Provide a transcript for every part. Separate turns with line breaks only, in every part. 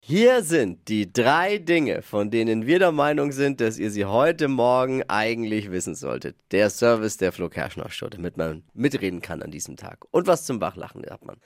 Hier sind die drei Dinge, von denen wir der Meinung sind, dass ihr sie heute Morgen eigentlich wissen solltet. Der Service der Flo Kerschner Show, damit man mitreden kann an diesem Tag. Und was zum Wachlachen hat man.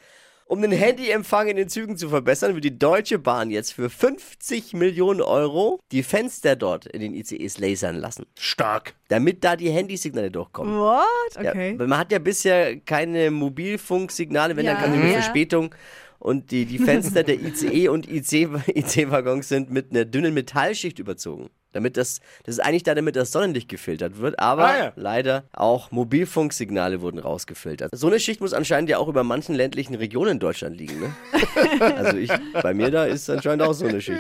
Um den Handyempfang in den Zügen zu verbessern, will die Deutsche Bahn jetzt für 50 Millionen Euro die Fenster dort in den ICEs lasern lassen,
Stark.
damit da die Handysignale durchkommen.
What?
Ja,
Okay.
weil man hat ja bisher keine Mobilfunksignale, wenn dann
Ja.
kam eine
Ja.
Verspätung. Und die, die Fenster der ICE und IC-Waggons sind mit einer dünnen Metallschicht überzogen. Damit das, das ist eigentlich da, damit das Sonnenlicht gefiltert wird, aber
Ah, ja.
leider auch Mobilfunksignale wurden rausgefiltert. So eine Schicht muss anscheinend ja auch über manchen ländlichen Regionen in Deutschland liegen, ne? Also ich, bei mir da ist anscheinend auch so eine Schicht.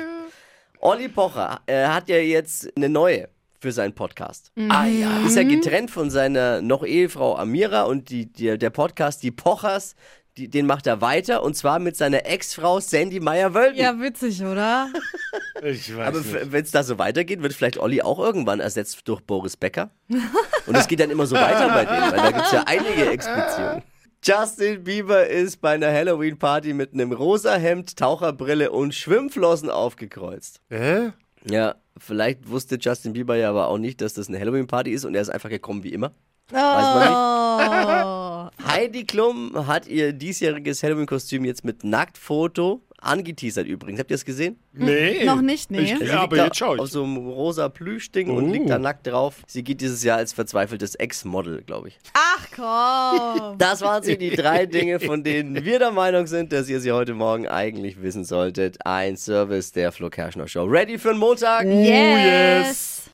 Olli Pocher äh, hat ja jetzt eine neue für seinen Podcast. Ah ja. Ist ja getrennt von seiner noch Ehefrau Amira und die, die, der Podcast Die Pochers, die, den macht er weiter und zwar mit seiner Ex-Frau Sandy Meyer-Wölden.
Ja, witzig, oder?
Ich weiß
Aber
nicht.
wenn es da so weitergeht, wird vielleicht Olli auch irgendwann ersetzt durch Boris Becker. Und es geht dann immer so weiter bei denen, weil da gibt es ja einige Ex-Beziehungen. Justin Bieber ist bei einer Halloween-Party mit einem rosa Hemd, Taucherbrille und Schwimmflossen aufgekreuzt.
Hä?
Ja, vielleicht wusste Justin Bieber ja aber auch nicht, dass das eine Halloween-Party ist und er ist einfach gekommen wie immer.
Oh.
Heidi Klum hat ihr diesjähriges Halloween-Kostüm jetzt mit Nacktfoto angeteasert übrigens. Habt ihr das gesehen?
Nee.
Noch nicht, nee.
Ich,
Sie
ja,
liegt
aber
da
jetzt schau
Auf
ich.
so einem rosa Plüschding und
Oh.
liegt da nackt drauf. Sie geht dieses Jahr als verzweifeltes Ex-Model, glaube ich.
Ach komm.
Das waren sie, die drei Dinge, von denen wir der Meinung sind, dass ihr sie heute Morgen
Oh,
eigentlich wissen solltet. Ein Service der Flo Kerschner Show. Ready für den Montag?
yes.